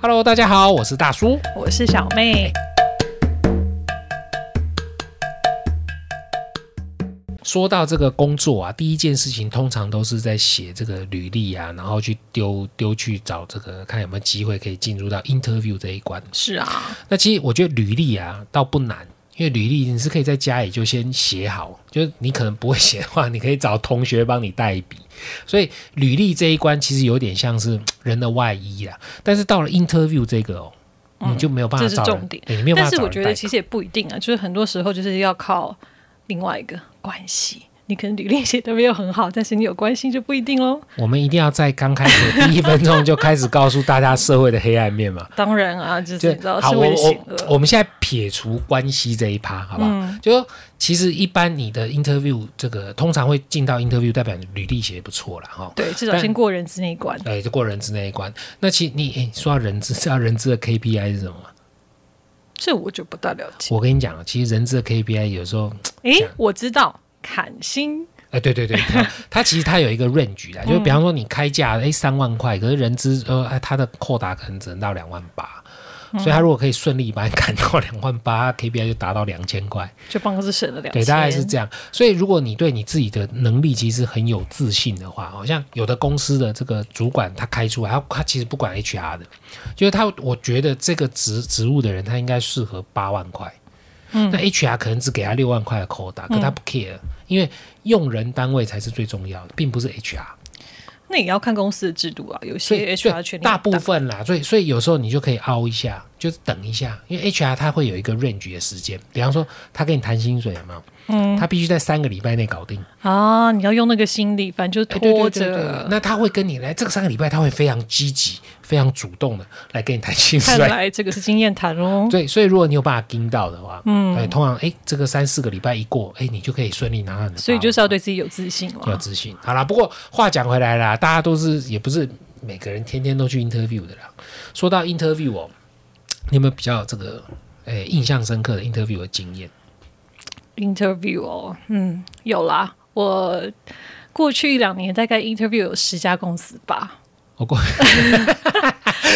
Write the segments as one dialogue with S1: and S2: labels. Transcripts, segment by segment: S1: Hello，大家好，我是大叔。
S2: 我是小妹。
S1: 说到这个工作啊，第一件事情通常都是在写这个履历啊，然后去丢丢去找这个看有没有机会可以进入到 interview 这一关。
S2: 是啊，
S1: 那其实我觉得履历啊，倒不难，因为履历你是可以在家里就先写好，就是你可能不会写的话，你可以找同学帮你代笔。所以履历这一关其实有点像是人的外衣啦，但是到了 interview 这个哦，你就没有办法
S2: 嗯这是
S1: 找人，哎
S2: 重点
S1: 对你没有办法
S2: 但是
S1: 找
S2: 我
S1: 人
S2: 觉
S1: 代
S2: 得其实也不一定啊，就是很多时候就是要靠另外一个关系。你可能履历写的没有很好，但是你有关系就不一定喽。
S1: 我们一定要在刚开始的第一分钟就开始告诉大家社会的黑暗面嘛。
S2: 当然啊，就是
S1: 就
S2: 你知道
S1: 好，
S2: 是
S1: 我
S2: 为了嗯
S1: 我
S2: 险恶。
S1: 我们现在撇除关系这一趴，好不好？就说其实一般你的 interview 这个通常会进到 interview，代表你履历写得不错了哈。
S2: 对，至少
S1: 但
S2: 先过人资那一关。
S1: 对，就过人资那一关。那其实你、诶说到人资，知道人资的 KPI 是什么吗？
S2: 这我就不大了解。
S1: 我跟你讲，其实人资的 KPI 有时候，
S2: 诶，我知道，砍薪
S1: 哎、对对对，它它其实它有一个 range 啦，就比方说你开价哎三万块，可是人资呃哎它的扣打可能只能到两万八。所以他如果可以顺利把你砍到两万八，KPI 就达到两千块，
S2: 就帮公司省了两千。
S1: 对，大概是这样。所以如果你对你自己的能力其实很有自信的话，好像有的公司的这个主管他开出来，他他其实不管 HR 的，就是他我觉得这个职职务的人他应该适合八万块。嗯，那 HR 可能只给他六万块的扣打，可他不 care，、因为用人单位才是最重要的，并不是 HR。
S2: 那也要看公司的制度啊，有
S1: 所以
S2: 些
S1: 对
S2: HR 权力
S1: 大部
S2: 很
S1: 分啦，所以所以有时候你就可以凹一下，就是等一下，因为 HR 他会有一个 range 的时间，比方说他跟你谈薪水有没有？嗯，他必须在三个礼拜内搞定。
S2: 啊，你要用那个心理，反正就是
S1: 哎对
S2: 拖
S1: 对对对
S2: 着。
S1: 那他会跟你来这个三个礼拜，他会非常积极、非常主动的来跟你谈薪
S2: 看
S1: 水。
S2: 来这个是经验谈 哦。
S1: 对，所以如果你有办法盯到的话，嗯，对，通常哎，这个三四个礼拜一过，哎，你就可以顺利拿到你的。
S2: 所以就是要对自己有自信
S1: 要
S2: 嘛。
S1: 自信。好啦，不过话讲回来啦，大家都是也不是每个人天天都去 interview 的啦。说到 interview 哦，你有没有比较这个诶、印象深刻的 interview 的经验？
S2: interview 哦，嗯，有啦，我过去一两年大概 interview 有十家公司吧。
S1: 我过啊，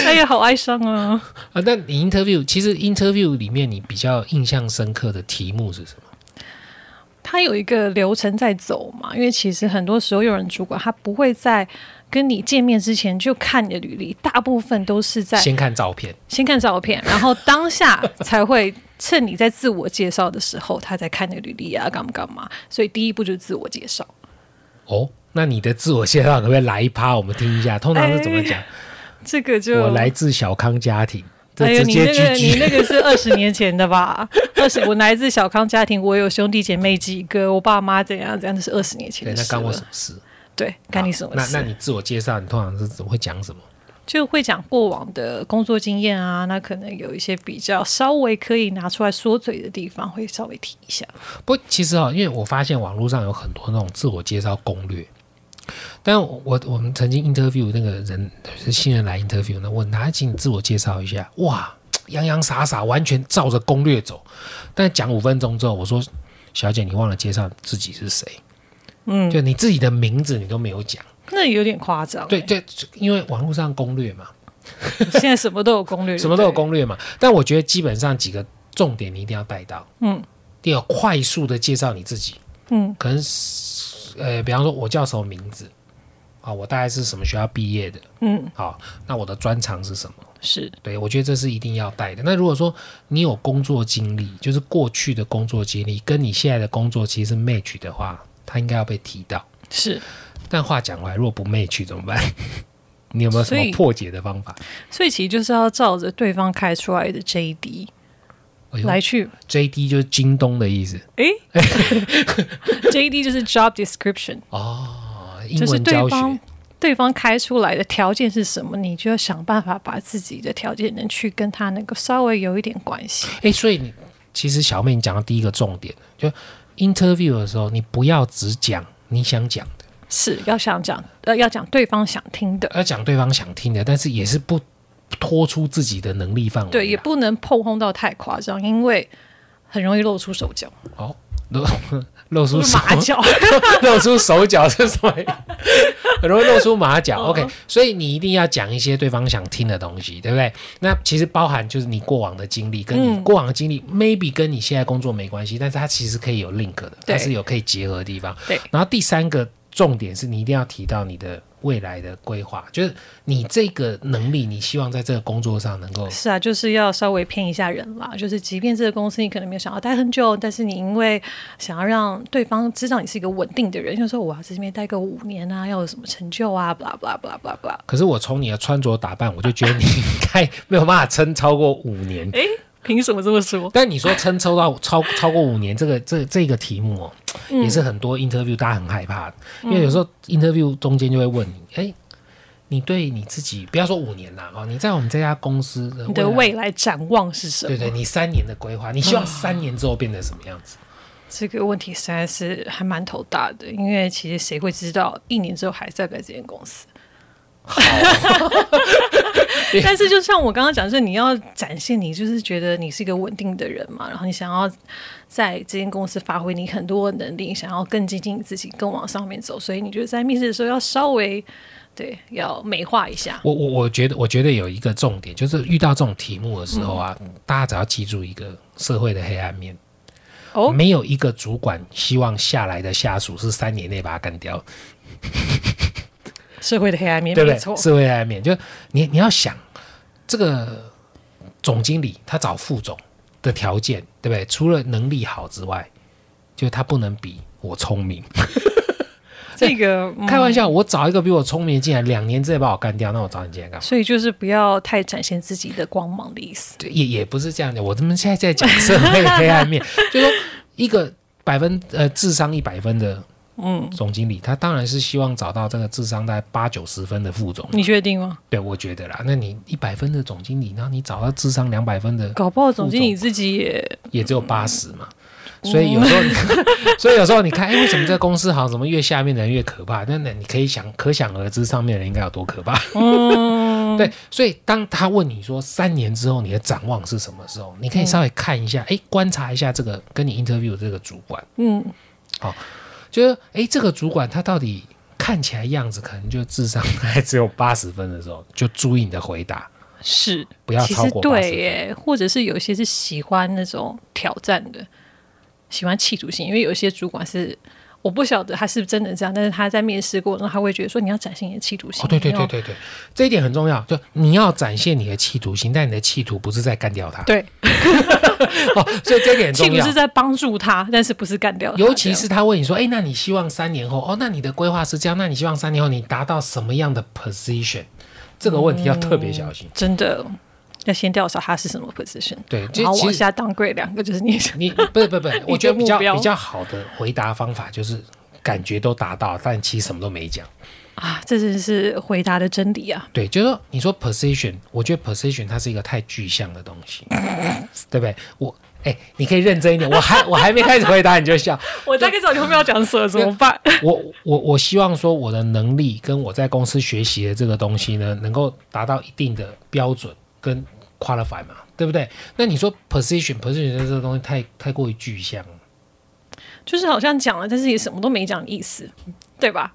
S2: 哎呀，好哀伤啊！
S1: 那你 interview 其实 interview 里面你比较印象深刻的题目是什么？
S2: 他有一个流程在走嘛，因为其实很多时候用人主管他不会在跟你见面之前就看你的履历，大部分都是在
S1: 先看照片。
S2: 先看照片，然后当下才会趁你在自我介绍的时候，他在看你的履历啊，干嘛干嘛。所以第一步就是自我介绍。
S1: 哦，那你的自我介绍可不可以来一趴，我们听一下？通常是怎么讲？
S2: 这个哎就
S1: 我来自小康家庭，这
S2: 哎呦，
S1: 直
S2: 你
S1: 接
S2: 那个
S1: 拒
S2: 你
S1: 绝。
S2: 那个是二十年前 的吧？二十，我来自小康家庭，我有兄弟姐妹几个，我爸妈怎样怎样，那是二十年前
S1: 对，
S2: 的
S1: 那
S2: 事
S1: 干我
S2: 了
S1: 什。么事？
S2: 对，干你什么
S1: 那
S2: 事？
S1: 那你自我介绍，你通常是怎么会讲什么？
S2: 就会讲过往的工作经验啊，那可能有一些比较稍微可以拿出来说嘴的地方，会稍微提一下。
S1: 不过其实哦，因为我发现网络上有很多那种自我介绍攻略，但我我我们曾经 interview 那个人就是新人来 interview 呢，问他请你自我介绍一下，哇，洋洋洒洒，完全照着攻略走，但讲五分钟之后，我说小姐，你忘了介绍自己是谁，嗯，就你自己的名字你都没有讲，
S2: 那有点夸张、哎
S1: 对，对，因为网络上攻略嘛，
S2: 现在什么都有 攻略，
S1: 什么都有
S2: 对不对
S1: 攻略嘛，但我觉得基本上几个重点你一定要带到。嗯，第二，快速的介绍你自己。
S2: 嗯，
S1: 可能是呃，比方说我叫什么名字啊，我大概是什么学校毕业的，
S2: 嗯，
S1: 好，那我的专长是什么？
S2: 是
S1: 对，我觉得这是一定要带的。那如果说你有工作经历，就是过去的工作经历跟你现在的工作其实是 match 的话，它应该要被提到。
S2: 是。
S1: 但话讲回来，如果不 match 怎么办？ 你有没有什
S2: 所
S1: 么
S2: 以
S1: 破解的方法？
S2: 所以其实就是要照着对方开出来的 JD
S1: 哎呦
S2: 来去，
S1: ，JD 就是京东的意思
S2: 诶，JD 就是 job description，
S1: 哦，英
S2: 就是
S1: 文
S2: 对
S1: 教学。
S2: 方对方开出来的条件是什么，你就要想办法把自己的条件能去跟他能够稍微有一点关系。
S1: 哎、所以你其实小妹你讲到第一个重点，就 interview 的时候，你不要只讲你想讲的，
S2: 是要想讲，呃，要讲对方想听的，
S1: 要讲对方想听的，但是也是不脱出自己的能力范围啦。啊
S2: 对，也不能碰轰到太夸张，因为很容易露出手脚，
S1: 哦，露露出
S2: 露出
S1: 手
S2: 马脚。
S1: 露出手脚是什么？很容易露出马 脚。
S2: 哦
S1: OK，所以你一定要讲一些对方想听的东西，对不对？那其实包含就是你过往的经历，跟你
S2: 嗯
S1: 过往的经历、maybe 跟你现在工作没关系，但是它其实可以有 link 的，它
S2: 对
S1: 是有可以结合的地方。
S2: 对
S1: 然后第三个重点是你一定要提到你的未来的规划，就是你这个能力，你希望在这个工作上能够
S2: 是啊，就是要稍微骗一下人啦。就是即便这个公司你可能没有想要待很久，但是你因为想要让对方知道你是一个稳定的人，就说我要在这边待个五年啊，要有什么成就啊，blah blah blah blah blah。
S1: 可是我从你的穿着打扮，我就觉得你应该没有办法撑超过五年。
S2: 哎，凭什么这么说？
S1: 但你说撑抽到超超过五年，这个这这个题目哦，也是很多 interview 大家很害怕的，因为有时候 interview 中间就会问你，哎，你对你自己不要说五年啦，哦，你在我们这家公司的
S2: 你的
S1: 未来，
S2: 未来展望是什么？
S1: 对对，你三年的规划，你希望三年之后变成什么样子？
S2: 这个问题实在是还蛮头大的，因为其实谁会知道一年之后还在不在这间公司？ 但是就像我刚刚讲，就是你要展现你就是觉得你是一个稳定的人嘛，然后你想要在这间公司发挥你很多的能力，想要更精进自己，更往上面走，所以你觉得在面试的时候要稍微对要美化一下。
S1: 我我我觉得，我觉得有一个重点，就是遇到这种题目的时候啊，
S2: 嗯
S1: 大家只要记住一个社会的黑暗面。
S2: 哦
S1: 没有一个主管希望下来的下属是三年内把他干掉，
S2: 社会的黑暗面
S1: 对不
S2: 没
S1: 对？
S2: 错，
S1: 社会黑暗面，就你你要想这个总经理他找副总的条件，对不对？除了能力好之外，就他不能比我聪明。
S2: 这个、嗯
S1: 开玩笑，我找一个比我聪明的进来，两年之内把我干掉，那我找你进来干嘛？
S2: 所以就是不要太展现自己的光芒的意思。
S1: 对也也不是这样的，我怎么现在在讲社会黑暗面？就说一个百分呃智商一百分的
S2: 嗯，
S1: 总经理，他当然是希望找到这个智商大概八九十分的副总。
S2: 你确定吗？
S1: 对，我觉得啦，那你一百分的总经理，然后你找到智商两百分的，
S2: 搞不好总经理自己也
S1: 也只有八十嘛。所以有时候你， 所以有时候你看，哎、为什么这公司好像怎么越下面的人越可怕？那那你可以想，可想而知上面的人应该有多可怕。
S2: 嗯，
S1: 对，所以当他问你说三年之后你的展望是什么时候，你可以稍微看一下，哎、观察一下这个跟你 interview 的这个主管，哦
S2: 嗯，
S1: 就是哎、这个主管他到底看起来样子可能就智商还只有八十分的时候，就注意你的回答，
S2: 是，
S1: 不要
S2: 其
S1: 超
S2: 实
S1: 过八十
S2: 对
S1: 分。
S2: 耶，或者是有些是喜欢那种挑战的，喜欢企图性，因为有些主管是。我不晓得他是不是真的这样，但是他在面试过程中，他会觉得说你要展现你的企图性。
S1: 哦，对对
S2: 你
S1: 对
S2: 要
S1: 对对，这一点很重要，就你要展现你的企图心，但你的企图不是在干掉他，
S2: 对，
S1: 哦，所以这一点很
S2: 企
S1: 重
S2: 图
S1: 要
S2: 是。在帮助他，但是不是干掉他这样。
S1: 尤其是他问你说，哎，那你希望三年后，哦，那你的规划是这样，那你希望三年后你达到什么样的 position？这个问题要特别小心。
S2: 真的要先调查他是什么 position，
S1: 对，就
S2: 然后
S1: 其
S2: 往
S1: 实
S2: 下 downgrade 两个，就是你
S1: 你不是不是不是，我觉得比较
S2: 目标
S1: 比较好的回答方法就是感觉都达到，但其实什么都没讲。
S2: 啊，这真是回答的真理啊！
S1: 对，就是说，你说 position，我觉得 position 它是一个太具象的东西，对不对？我哎、你可以认真一点，我还我还没开始回答你就笑。
S2: 我大概知道你后面要讲 什么，怎么办？
S1: 我我我希望说我的能力跟我在公司学习的这个东西呢，能够达到一定的标准跟 qualify 嘛，对不对？那你说 position position 这个东西太太过于具象了。
S2: 就是好像讲了，但是也什么都没讲的意思，对吧？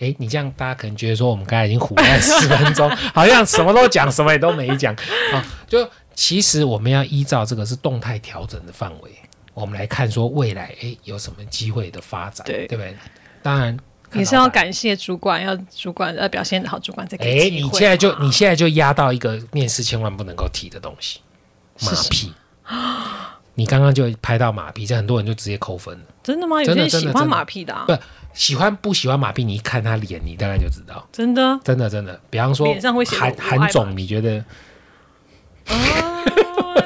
S1: 哎，你这样大家可能觉得说我们刚才已经胡乱十分钟， 好像什么都讲，什么也都没讲啊。就其实我们要依照这个是动态调整的范围，我们来看说未来哎有什么机会的发展，
S2: 对
S1: 对不对？当然看
S2: 也是要
S1: 老板。
S2: 感谢主管，要主管要表现得好，主管再给
S1: 哎，
S2: 机
S1: 你
S2: 会嘛啊
S1: 现在就你现在就压到一个面试千万不能够提的东西，马
S2: 是什么
S1: 屁。你刚刚就拍到马屁，这很多人就直接扣分了。
S2: 真的吗？
S1: 真
S2: 有
S1: 的
S2: 些人喜
S1: 真的真
S2: 欢
S1: 的
S2: 马屁的、啊
S1: 不，喜欢不喜欢马屁，你一看他脸，你大概就知道。
S2: 真的啊
S1: 真的真的，比方说
S2: 脸上会写
S1: 韩
S2: 我爱
S1: 韩
S2: 马
S1: 总，你觉得？
S2: 啊。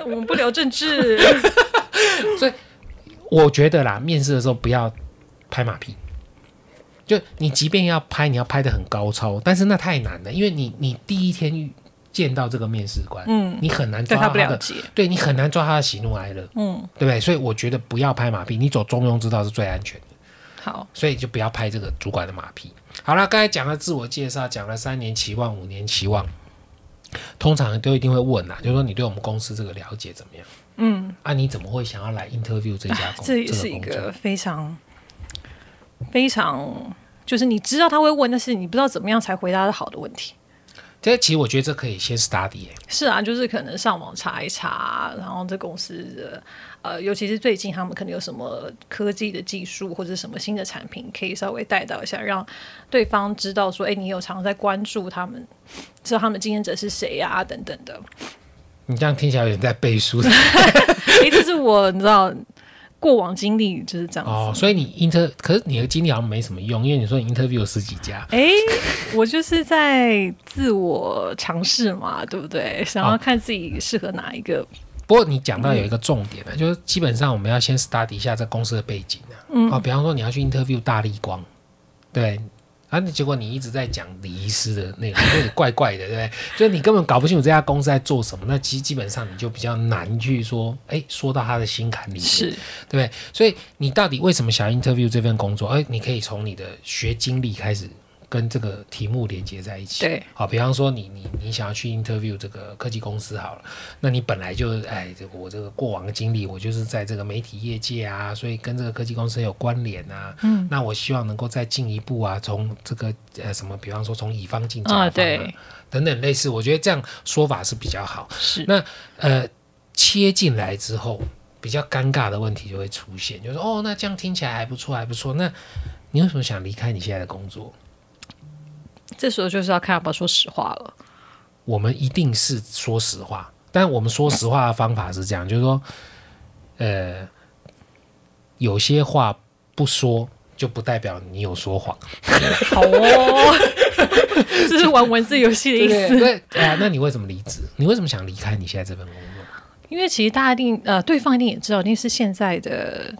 S2: 我们不聊政治，
S1: 我觉得啦，面试的时候不要拍马屁。就你即便要拍，你要拍的很高超，但是那太难了，因为你你第一天遇见到这个面试官，
S2: 嗯，
S1: 你很难
S2: 对
S1: 抓
S2: 他
S1: 到
S2: 不
S1: 他
S2: 了
S1: 的，
S2: 解，
S1: 对你很难抓他的喜怒哀乐，
S2: 嗯，
S1: 对不对？所以我觉得不要拍马屁，你走中庸之道是最安全的，
S2: 好，
S1: 所以就不要拍这个主管的马屁。好了，刚才讲了自我介绍，讲了三年期望、五年期望，通常都一定会问啦，就是说你对我们公司这个了解怎么样？嗯，啊，你怎么会想要
S2: 啊
S1: 来 interview 这家公、
S2: 这也是
S1: 个
S2: 一
S1: 工作
S2: 个非常非常就是你知道他会问，但是你不知道怎么样才回答的好的问题。
S1: 这其实我觉得这可以先 study 耶
S2: 是啊，就是可能上网查一查，然后这公司呃，尤其是最近他们可能有什么科技的技术或者什么新的产品，可以稍微带到一下，让对方知道说，哎，你有常常在关注他们，知道他们竞争者是谁啊，等等的。
S1: 你这样听起来有点在背书
S2: 哎，这是我你知道过往经历就是这样子。
S1: 哦，所以你 inter 可是你的经历好像没什么用，因为你说你 interview 有十几家，
S2: 哎、我就是在自我尝试嘛，对不对？想要看自己适合哪一个。
S1: 不过你讲到有一个重点呢、啊就是基本上我们要先 study 一下这公司的背景啊。嗯。哦，比方说你要去 interview 大力光，对。啊，你结果你一直在讲李医师的内容，有点怪怪的，对不对？ 就是你根本搞不清楚这家公司在做什么，那其实基本上你就比较难去说，哎，说到他的心坎里面，
S2: 是
S1: 对不对？所以你到底为什么想要 interview 这份工作？哎，你可以从你的学经历开始。跟这个题目连接在一起，
S2: 对，
S1: 好，比方说你你你想要去 interview 这个科技公司好了，那你本来就哎，这个我这个过往的经历，我就是在这个媒体业界啊，所以跟这个科技公司有关联啊。嗯，那我希望能够再进一步啊，从这个呃什么，比方说从乙方进甲方、
S2: 啊对
S1: 等等类似，我觉得这样说法是比较好。
S2: 是
S1: 那呃，切进来之后，比较尴尬的问题就会出现，就是哦，那这样听起来还不错，还不错。那你为什么想离开你现在的工作？
S2: 这时候就是要看要不要说实话了。
S1: 我们一定是说实话，但我们说实话的方法是这样，就是说，呃，有些话不说就不代表你有说谎，
S2: 好 哦，这是玩文字游戏的意
S1: 对
S2: 思。
S1: 不对？对啊，那你为什么离职？你为什么想离开你现在这份工作？
S2: 因为其实大家一定呃，对方一定也知道，一定是现在的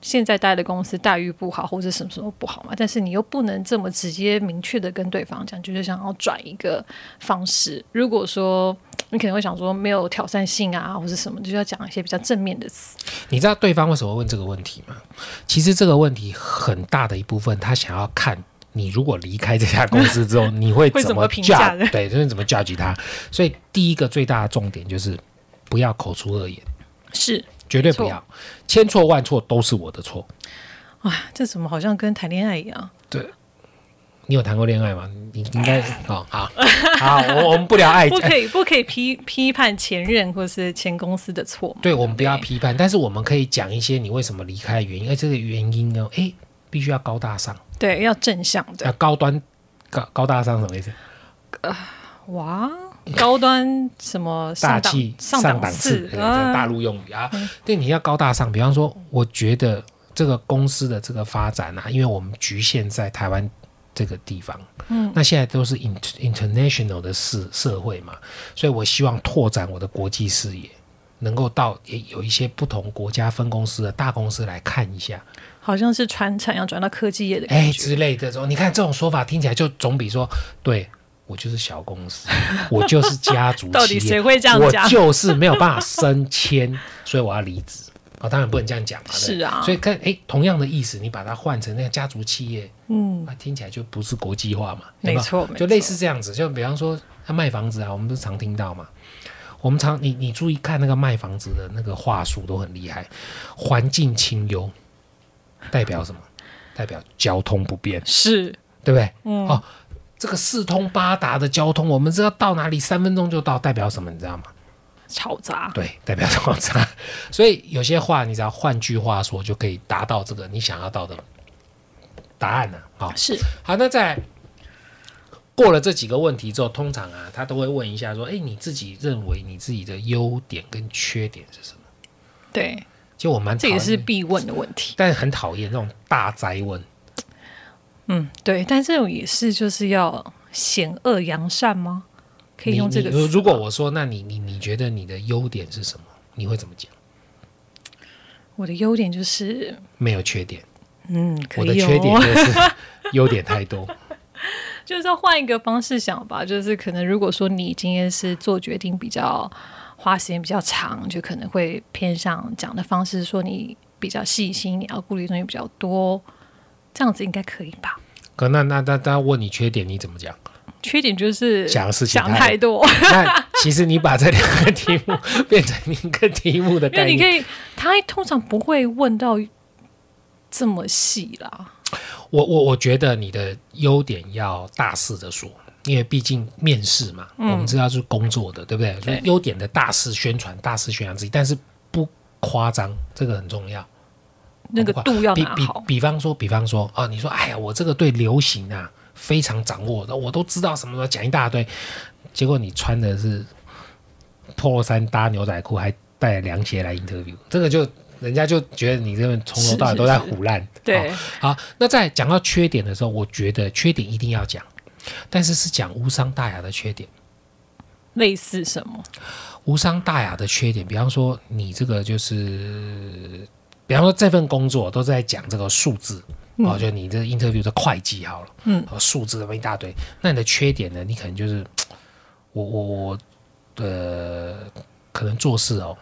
S2: 现在待的公司待遇不好，或者什么什么不好嘛。但是你又不能这么直接明确的跟对方讲，就是想要转一个方式。如果说你可能会想说没有挑战性啊，或者什么，就是要讲一些比较正面的词。
S1: 你知道对方为什么会问这个问题吗？其实这个问题很大的一部分，他想要看你如果离开这家公司之后，你会
S2: 会
S1: 怎
S2: 怎
S1: 么
S2: 么评价
S1: judge-
S2: 的
S1: 对，就是怎么 judge 他。所以第一个最大的重点就是不要口出恶言，
S2: 是，
S1: 绝对
S2: 没错
S1: 不要，千错万错都是我的错。
S2: 哎，这怎么好像跟谈恋爱一样？
S1: 你有谈过恋爱吗？你应该哦，好， 好，我我们不聊 爱
S2: 不
S1: 情，
S2: 可以，不可以批批判前任或是前公司的错嘛？
S1: 对我们不要
S2: 对
S1: 批判，但是我们可以讲一些你为什么离开的原因，而这个原因呢，哎，必须要高大上，
S2: 对，要正向的
S1: 要。呃高端，高高大上什么意思？
S2: 哇，高端什么
S1: 大
S2: 上档
S1: 气
S2: 上
S1: 档次
S2: 次，
S1: 哎这
S2: 啊
S1: 是大陆用语啊。对，你要高大上。比方说，我觉得这个公司的这个发展啊，因为我们局限在台湾这个地方，嗯，那现在都是 in international 的社社会嘛，所以我希望拓展我的国际视野。能够到也有一些不同国家分公司的大公司来看一下，
S2: 好像是传产要转到科技业的
S1: 哎
S2: 感觉。
S1: 之类的这种，你看这种说法听起来就总比说，对我就是小公司，我就是家族企业，
S2: 到底谁会这样讲
S1: 我就是没有办法升 迁，所以我要离职。哦，当然不能这样讲嘛。对不对
S2: 是啊
S1: 所以看，哎，同样的意思，你把它换成那个家族企业，嗯，啊，听起来就不是国际化嘛。对吧
S2: 没错没错
S1: 就类似这样子。就比方说，他卖房子啊，我们都常听到嘛。我们常你你注意看那个卖房子的那个话术都很厉害，环境清幽代表什 么？代表交通不便。
S2: 是
S1: 对不对？嗯，哦，这个四通八达的交通，我们知道到哪里三分钟就到，代表什么？你知道吗？
S2: 吵杂，
S1: 对，代表什么？ 所以有些话，你只要换句话说，就可以达到这个你想要到的答案了、好、
S2: 是
S1: 好，那再来过了这几个问题之后，通常啊，他都会问一下说：“哎，你自己认为你自己的优点跟缺点是什么
S2: 对，？”
S1: 其实我蛮讨
S2: 这也
S1: 厌
S2: 是，必问的问题。
S1: 但很讨厌那种大灾问。
S2: 嗯，对，但这种也是就是要险恶扬善吗？可以
S1: 你
S2: 用这
S1: 你
S2: 个词吗。
S1: 如果我说，那你你你觉得你的优点是什么？你会怎么讲？
S2: 我的优点就是，
S1: 没有缺点。
S2: 嗯，可
S1: 我的
S2: 以
S1: 缺点
S2: 哦，
S1: 就是优点太多。
S2: 就是要换一个方式想吧。就是可能如果说你今天是做决定比较花时间比较长，就可能会偏向讲的方式说你比较细心，你要顾虑的东西比较多，这样子应该可以吧？
S1: 可那那那那问你缺点你怎么讲？
S2: 缺点就是
S1: 想的事情
S2: 想
S1: 太
S2: 太多，
S1: 那其实你把这两个题目变成一个题目的
S2: 因为
S1: 概
S2: 你可
S1: 念
S2: 以，他通常不会问到这么细啦。
S1: 我我我觉得你的优点要大肆的说，因为毕竟面试嘛，
S2: 嗯
S1: 我们知道是工作的，对不对？就是优点的大肆宣传，大肆宣扬自己，但是不夸张，这个很重要。
S2: 那个度要
S1: 哦比
S2: 拿
S1: 比
S2: 好。
S1: 比方说，比方说啊，你说哎呀，我这个对流行啊非常掌握的，我都知道什么什么，讲一大堆，结果你穿的是 polo 衫搭牛仔裤，还带凉鞋来 interview，这个就人家就觉得你这边从头到尾都在
S2: 是是是
S1: 胡乱。
S2: 对
S1: 好，好，那在讲到缺点的时候，我觉得缺点一定要讲，但是是讲无伤大雅的缺点。
S2: 类似什么？
S1: 无伤大雅的缺点，比方说你这个就是，比方说这份工作都在讲这个数字，哦，就你这 interview 的会计好了，哦
S2: 嗯，
S1: 数字那么一大堆，那你的缺点呢？你可能就是我我我呃，可能做事哦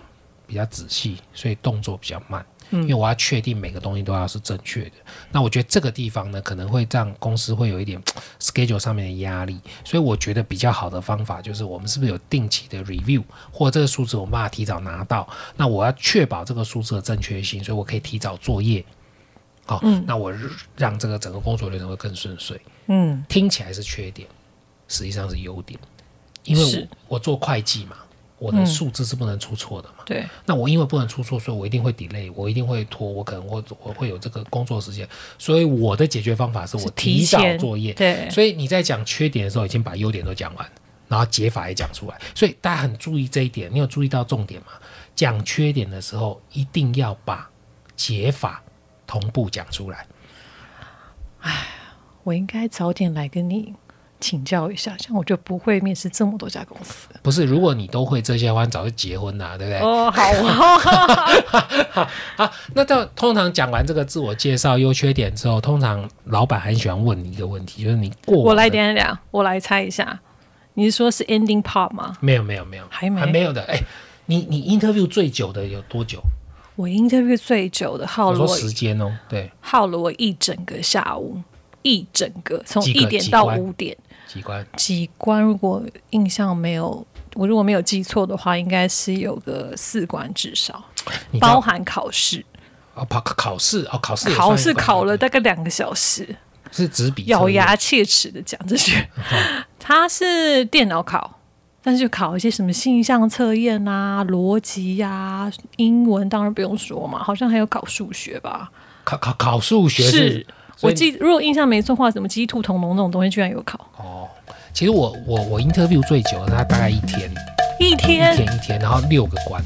S1: 比较仔细，所以动作比较慢。因为我要确定每个东西都要是正确的，那我觉得这个地方呢，可能会让公司会有一点 schedule 上面的压力，所以我觉得比较好的方法就是，我们是不是有定期的 review，或者这个数字我们把它提早拿到，那我要确保这个数字的正确性，所以我可以提早作业。好、那我让这个整个工作流程会更顺遂。
S2: 嗯，
S1: 听起来是缺点，实际上是优点，因为
S2: 是
S1: 我我做会计嘛，我的数字是不能出错的嘛。
S2: 对，
S1: 那我因为不能出错，所以我一定会 delay，我一定会拖，我可能我我会有这个工作时间，所以我的解决方法是我
S2: 是
S1: 提早
S2: 前
S1: 作业。
S2: 对，
S1: 所以你在讲缺点的时候，已经把优点都讲完，然后解法也讲出来，所以大家很注意这一点。你有注意到重点吗？讲缺点的时候，一定要把解法同步讲出来。
S2: 我应该早点来跟你请教一下，这样我就不会面试这么多家公司。
S1: 不是，如果你都会这些的话，你早就结婚了，对不对？
S2: 哦，好啊，
S1: 那到通常讲完这个自我介绍、优缺点之后，通常老板很喜欢问你一个问题，就是你过往的
S2: 我来点点，我来猜一下，你是说是 ending part 吗？
S1: 没有没有没有，
S2: 还没
S1: 还没有的。哎、你你 interview 最久的有多久？
S2: 我 interview 最久的耗
S1: 我
S2: 了
S1: 说
S2: 我
S1: 时间哦，对，
S2: 耗了我一整个下午，一整个从
S1: 几个
S2: 一点到
S1: 几关
S2: 五点。
S1: 几关。
S2: 几关如果印象没有，我如果没有记错的话，应该是有个四关至少，
S1: 你知道
S2: 包含考试。
S1: 哦，考考试哦，考试也算一
S2: 考试
S1: 关
S2: 考了
S1: 对
S2: 大概两个小时，
S1: 不对是纸笔
S2: 咬
S1: 测验
S2: 牙切齿的讲 这些。它是电脑考，但是就考一些什么性向测验啊、逻辑呀、英文当然不用说嘛，好像还有考数学吧。
S1: 考考考数学是
S2: 是，
S1: 所
S2: 我
S1: 以
S2: 记，如果印象没错的话，什么鸡兔同笼这种东西居然有考
S1: 哦。其实我我我 interview 最久的，它大概一天
S2: 一
S1: 一
S2: 天
S1: 天一天，然后六个关，